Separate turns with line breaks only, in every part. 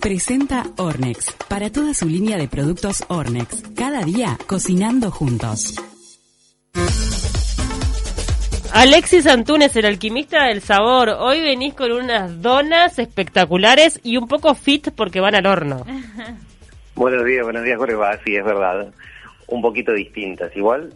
Presenta Ornex. Para toda su línea de productos Ornex. Cada día cocinando juntos.
Alexis Antunes, el alquimista del sabor. Hoy venís con unas donas espectaculares y un poco fit porque van al horno.
Buenos días, buenos días, Jorge. Va, sí, es verdad. Un poquito distintas. Igual,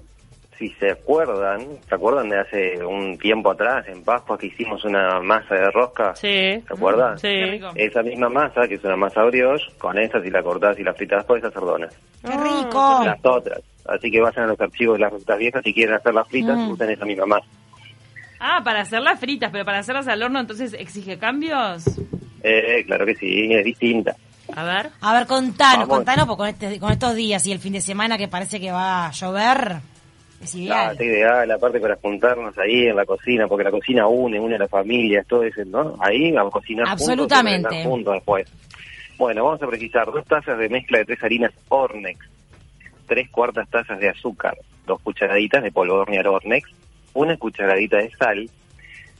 si se acuerdan, ¿se acuerdan de hace un tiempo atrás, en Pascua, que hicimos una masa de rosca?
Sí.
¿Se acuerdan?
Sí.
Esa misma masa, que es una masa brioche, con esa, si la cortás y la fritas, puedes hacer donas.
¡Qué
Oh,
Oh.
rico!
Las otras. Así que vayan a los archivos de las recetas viejas, si quieren hacer las fritas,
Mm.
usen esa misma masa.
Ah, para hacerlas fritas, pero para hacerlas al horno entonces exige cambios.
Eh, claro que sí, es distinta.
A ver.
A ver,
Ah,
contanos,
Vamos.
contanos, porque con, este- con estos días y el fin de semana que parece que va a llover, es
Ah,
ideal.
está ideal, aparte para juntarnos ahí en la cocina, porque la cocina une, une a las familias, todo eso, ¿no? Ahí vamos a cocinar juntos y
Absolutamente.
merendar juntos después. Bueno, vamos a precisar dos tazas de mezcla de tres harinas Ornex, tres cuartas tazas de azúcar, dos cucharaditas de polvo de hornear Ornex, una cucharadita de sal,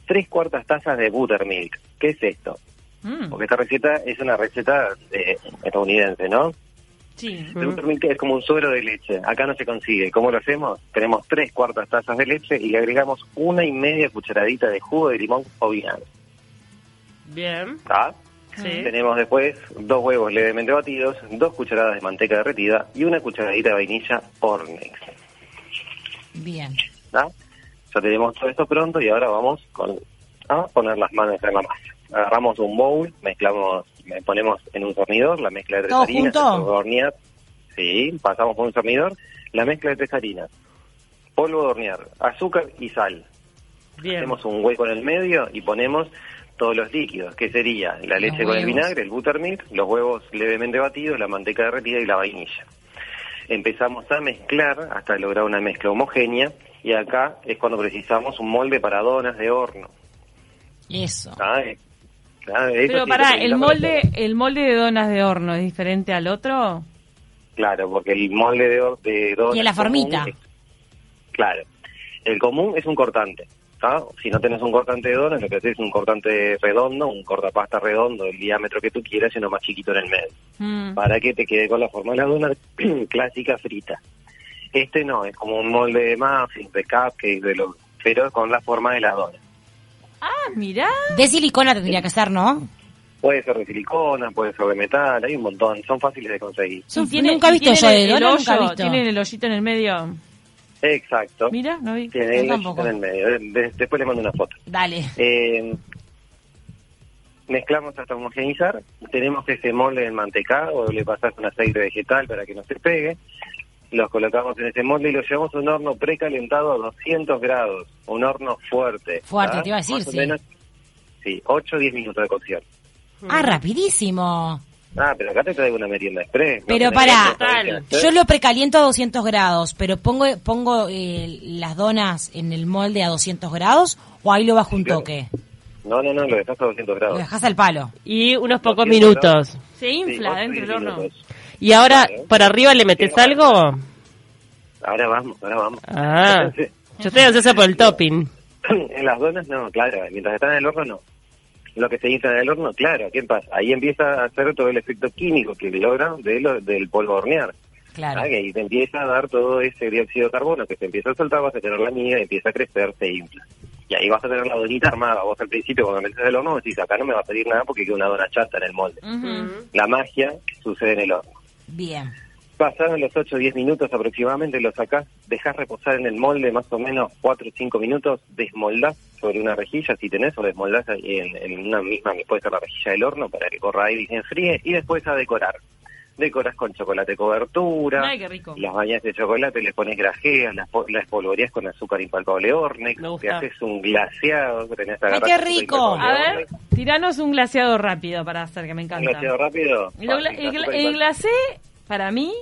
tres cuartas tazas de buttermilk. ¿Qué es esto?
Mm,
Porque esta receta es una receta eh, estadounidense, ¿no?
sí.
El buttermilk es como un suero de leche. Acá no se consigue. ¿Cómo lo hacemos? Tenemos tres cuartas tazas de leche y le agregamos una y media cucharadita de jugo de limón o vinagre.
Bien.
¿Está?
Sí.
Tenemos después dos huevos levemente batidos, dos cucharadas de manteca derretida y una cucharadita de vainilla Ornex.
Bien.
¿Está? Ya tenemos todo esto pronto y ahora vamos con, a poner las manos en la masa. Agarramos un bowl, mezclamos, me- ponemos en un sornidor la mezcla de tres
¿Todo
harinas,
junto?
polvo de hornear, sí, pasamos por un sornidor, la mezcla de tres harinas, polvo de hornear, azúcar y sal.
Bien.
Hacemos un hueco en el medio y ponemos todos los líquidos, que sería la leche con el
huevos.
vinagre, el buttermilk, los huevos levemente batidos, la manteca derretida y la vainilla. Empezamos a mezclar hasta lograr una mezcla homogénea y acá es cuando precisamos un molde para donas de horno.
Eso.
Ah, eh, ah, eso
Pero
sí,
pará,
lo que
el
necesitamos
molde,
hacer.
el molde de donas de horno es diferente al otro.
Claro, porque el molde de, hor- de donas...
Y en la
común
formita.
es- claro. El común es un cortante. ¿tá? Si no tenés un cortante de donas, lo que haces es un cortante redondo, un cortapasta redondo del diámetro que tú quieras y uno más chiquito en el medio.
Mm,
para que te quede con la forma de la dona clásica frita. Este no, es como un molde de muffins, de cupcakes, de lo, pero con la forma de la dona.
Ah, mirá.
De silicona tendría que ser, ¿no?
Puede ser de silicona, puede ser de metal, hay un montón, son fáciles de conseguir.
Sí,
Y tiene-
nunca he
y
visto
tiene
yo de
el
dona, nunca he
hoyo,
visto.
Tiene el hoyito en el medio.
Exacto.
Mira, no vi.
Tiene el
Yo tampoco.
en el medio. De- de- después le mando una foto.
Dale.
Eh, mezclamos hasta homogenizar. Tenemos ese molde en mantecado, le pasas un aceite vegetal para que no se pegue. Los colocamos en ese molde y los llevamos a un horno precalentado a 200 grados. Un horno fuerte.
Fuerte,
¿ah?
te iba a decir,
Más o
sí.
menos, sí, 8 o 10 minutos de cocción.
Ah, rapidísimo.
Ah, pero acá te traigo una merienda express. ¿no?
Pero
Tenés
pará,
que hacer
Total.
express.
yo lo precaliento a 200 grados, pero pongo pongo eh, las donas en el molde a 200 grados o ahí lo bajo un
Claro.
toque.
No, no, no, lo dejas a 200
Lo
grados.
dejas al palo.
Y unos pocos
Lo siento,
minutos.
Se
Sí,
infla
ocho,
dentro
diez
del horno.
minutos.
Y ahora,
Claro.
¿para arriba le metes
Sí, bueno.
algo?
Ahora vamos, ahora vamos.
Ah. Yo estoy ansiosa por el topping.
en las donas no, claro, mientras están en el horno no. Lo que se hizo en el horno, claro, ¿qué pasa? Ahí empieza a hacer todo el efecto químico que logra de lo- del polvo de hornear.
Claro.
Ah, que ahí te empieza a dar todo ese dióxido de carbono que se empieza a soltar, vas a tener la miga, empieza a crecer, se infla. Y ahí vas a tener la donita armada. Vos al principio cuando metes el horno decís, acá no me va a pedir nada porque queda una dona chata en el molde.
Ujú.
La magia sucede en el horno.
Bien.
Pasados los 8 o 10 minutos aproximadamente, lo sacás, dejás reposar en el molde más o menos 4 o 5 minutos, desmoldás sobre una rejilla, si tenés, o desmoldás ahí en, en una misma que puede ser la rejilla del horno para que corra aire y se enfríe, y después a decorar. Decorás con chocolate cobertura,
Ay, qué rico.
las bañas de chocolate, le pones grajeas, las, po- las polvoreás con azúcar impalpable Ornex,
Me gusta.
te haces un glaseado, que tenés
Ay,
agarrás
qué
azúcar
rico.
impalpable
A ver,
Ornex,
tiranos un glaseado rápido para hacer, que me
Un
encanta.
glaseado rápido.
Y lo gla-
fácil, azúcar
El, gla- el
impalpable.
glacé, para mí,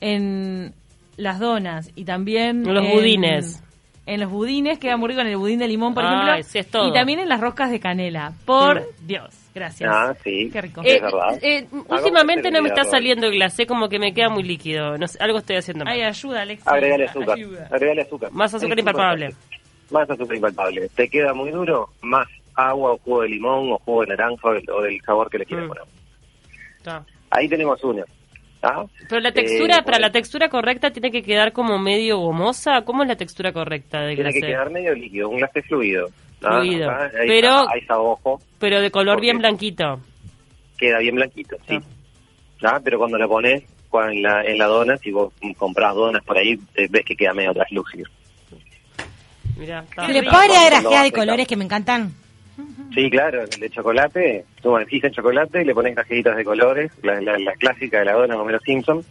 en las donas y también...
En los budines.
En los budines, queda muy rico en el budín de limón, por
Ay,
ejemplo.
sí, es todo.
Y también en las roscas de canela. Por Dios. Gracias.
Ah, sí.
Qué rico.
Es
Eh,
verdad.
eh,
Hagamos
últimamente no me está
terminar,
saliendo el glacé, como que me queda muy líquido. No sé, algo estoy haciendo mal.
Ay, ayuda, Alex.
Agregale azúcar.
Ayuda.
Agregale azúcar.
Más azúcar
Es
impalpable.
importante. Más azúcar impalpable. Te queda muy duro, más agua o jugo de limón o jugo de naranja o del, o del sabor que le quieras
Mm.
poner.
Está.
Ahí tenemos una. ¿ah?
Pero la
Eh,
textura, para
bueno,
la textura correcta, tiene que quedar como medio gomosa. ¿Cómo es la textura correcta del
Tiene que
glacé?
quedar medio líquido, un glacé fluido. ¿ah?
Fluido.
Ahí está-
Pero-
ahí está ojo.
Pero de color bien
Ok.
blanquito.
queda bien blanquito, sí. Ah, pero cuando la pones cua- en la, en la dona, si vos compras donas por ahí, te ves que queda medio translúcido.
Mirá, está
Se le
rico.
pone- Lo va
puede agregar
a
grajeas de
aplicar.
colores que me encantan.
Sí, claro, el de chocolate, tú manejas en chocolate y le pones gajetitas de colores, la, la, la clásica de la dona de Homero Simpson.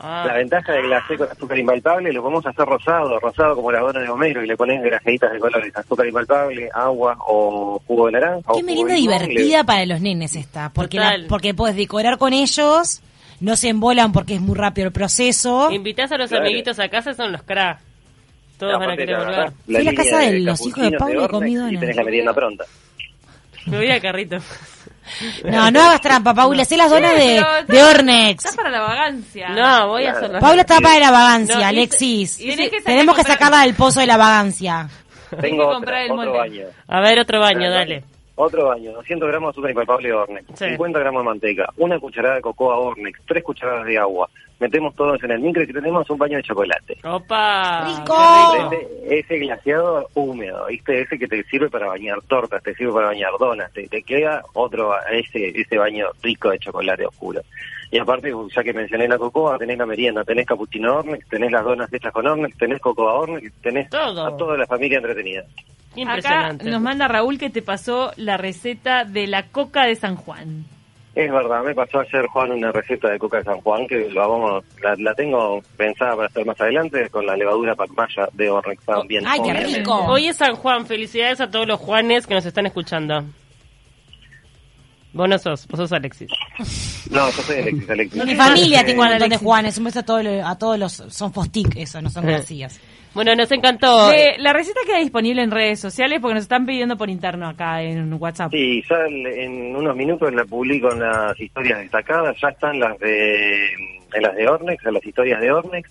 Ah,
La ventaja de glacé con azúcar impalpable, lo podemos hacer rosado, rosado como la dona de Homero, y le pones gajetitas de colores, azúcar impalpable, agua o jugo de naranja. o
Qué
jugo
merienda
de limón, le-
divertida para los nenes esta, porque la-
Total.
porque puedes decorar con ellos, no se embolan porque es muy rápido el proceso.
Invitás a los
Claro.
amiguitos a casa, son los cra. Todos van a
Aparte,
querer
la
volver.
verdad, la
Fui a la
línea
casa de los hijos de
capuchinos
Pablo y
Ormex
comí
Y
donas.
tenés la merienda pronta.
Me voy al carrito.
No, no hagas trampa, Paula, sé las donas de,
Pero
de
estás-
Ornex.
Estás para la vagancia.
No, voy a hacer las-
Paula está para la vagancia,
No, hice-
Alexis.
hice- Tenés que sacar-
Tenemos que
comprar-
sacarla del pozo de la vagancia.
Tengo
que
otra,
comprar el
otro
molde.
baño.
A ver, otro baño, dale.
Otro baño, 200 gramos de azúcar impalpable de Ornex,
Sí.
50 gramos de manteca, una cucharada de cocoa Ornex, tres cucharadas de agua. Metemos todo eso en el micro y tenemos un baño de chocolate.
¡Opa!
Rico.
qué
Ese, ese glaseado húmedo, ¿viste? Ese que te sirve para bañar tortas, te sirve para bañar donas, te, te queda otro, ba- ese, ese baño rico de chocolate oscuro. Y aparte, ya que mencioné la cocoa, tenés la merienda, tenés cappuccino Ornex, tenés las donas hechas con Ornex, tenés cocoa Ornex, tenés
Todo.
a toda la familia entretenida.
Acá
Impresionante.
nos manda Raúl que te pasó la receta de la coca de San Juan.
Es verdad, me pasó ayer Juan una receta de coca de San Juan que la, vamos, la, la tengo pensada para hacer más adelante con la levadura pacmaya de Ornex también.
Ay, qué
obviamente.
rico.
Hoy es San Juan. Felicidades a todos los Juanes que nos están escuchando. Vos no sos, vos sos Alexis.
No, yo soy Alexis, Alexis.
En mi familia
Eh,
tengo un montón de Juanes. Un beso a todos, los- a todos los. Son Fostic, eso, no son
Eh.
Garcías.
Bueno, nos encantó.
Le- la receta queda disponible en redes sociales porque nos están pidiendo por interno acá en WhatsApp.
Sí, ya en- en unos minutos la publico en las historias destacadas, ya están las de en las de Ornex, en las historias de Ornex,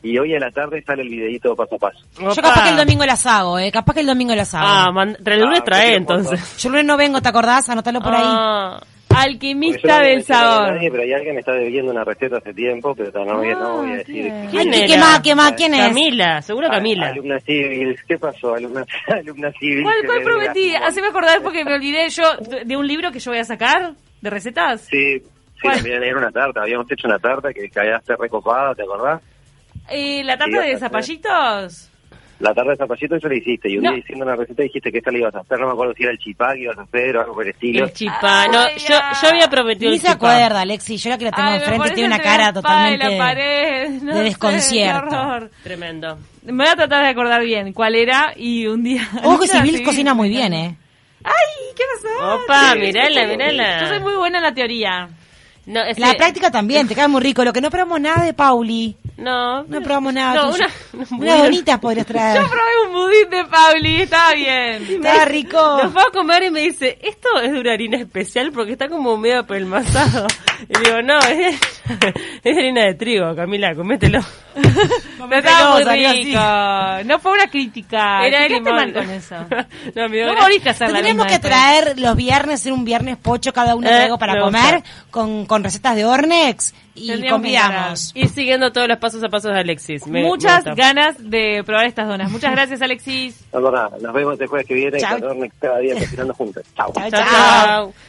y hoy a la tarde sale el videíto paso a paso.
Yo
Opa.
capaz que el domingo las hago, eh. Capaz que el domingo las hago.
Ah, mand- el lunes
Ah,
trae
qué
entonces.
Yo el lunes no vengo, ¿te acordás? Anótalo por ahí.
Ah,
Porque yo
Alquimista
no voy a
del
mencionar a
sabor.
nadie, pero hay alguien que me está debiendo una receta hace tiempo, pero no, voy a- no voy a
Ah,
decir.
bien.
Ay,
¿quién
qué
era?
quemá, quemá, ¿quién es?
Camila, seguro
Ah,
Camila.
A- Alumna civil, ¿qué pasó? Alumna, alumna civil.
¿Cuál,
que
cuál
me
prometí?
diga-
Haceme acordar porque me olvidé yo de un libro que yo voy a sacar de recetas.
Sí, sí,
¿Cuál?
también era una tarta. Habíamos hecho una tarta que quedaste recopada, ¿te acordás?
Eh, la
Sí,
tarta de
otra
zapallitos.
La tarta de zapallito eso la hiciste. Y un
No.
día diciendo una receta dijiste que esta la ibas a hacer. No me acuerdo si era el chipá que ibas a hacer o algo por el estilo.
El chipá, no,
Ay,
yo,
ya.
yo había prometido
Ni
el
se
chipá.
acuerda, Alexi. Yo la que la tengo
Ay, me
enfrente
parece
tiene una
entre la
cara
espada y
totalmente.
la pared, no
de
sé,
desconcierto.
qué horror.
Tremendo.
Me voy a tratar de acordar bien cuál era y un día.
Ojo que
Nada,
Civil
sí.
cocina muy bien, ¿eh?
¡Ay! ¿Qué pasó?
Opa,
Sí,
mirala,
sí, sí.
mirala.
Yo soy muy buena en la teoría.
No, es
La
que-
práctica también, te cae muy rico. Lo que no probamos nada de Pauli.
No,
No probamos nada.
No,
tuyo.
una,
Unas donitas podrías traer.
Yo probé un budín de Pauli, estaba bien.
Está rico.
Nos va a comer y me dice, esto es de una harina especial porque está como medio apelmazado. Y digo, no, es, es harina de trigo, Camila, comételo.
Pero estaba muy
salió así.
rico. No fue una crítica.
Era de
¿Qué
limón.
mal con eso?
no, mi
No
obra-
moriste a hacer la misma
Tendríamos que
de
traer los viernes, en un viernes pocho cada uno
Eh,
traigo para
me
comer,
gusta.
con, con recetas de Ornex y
Tendríamos que
convidamos.
Y siguiendo todos los pasos a pasos de Alexis. Me- me
Muchas
gusta.
ganas de probar estas donas. Muchas gracias, Alexis.
No, no, nada. Nos vemos el jueves que viene.
Chau.
y con Ornex cada día cocinando juntos. Chau.
Chau,
Chao,
chao.
chao.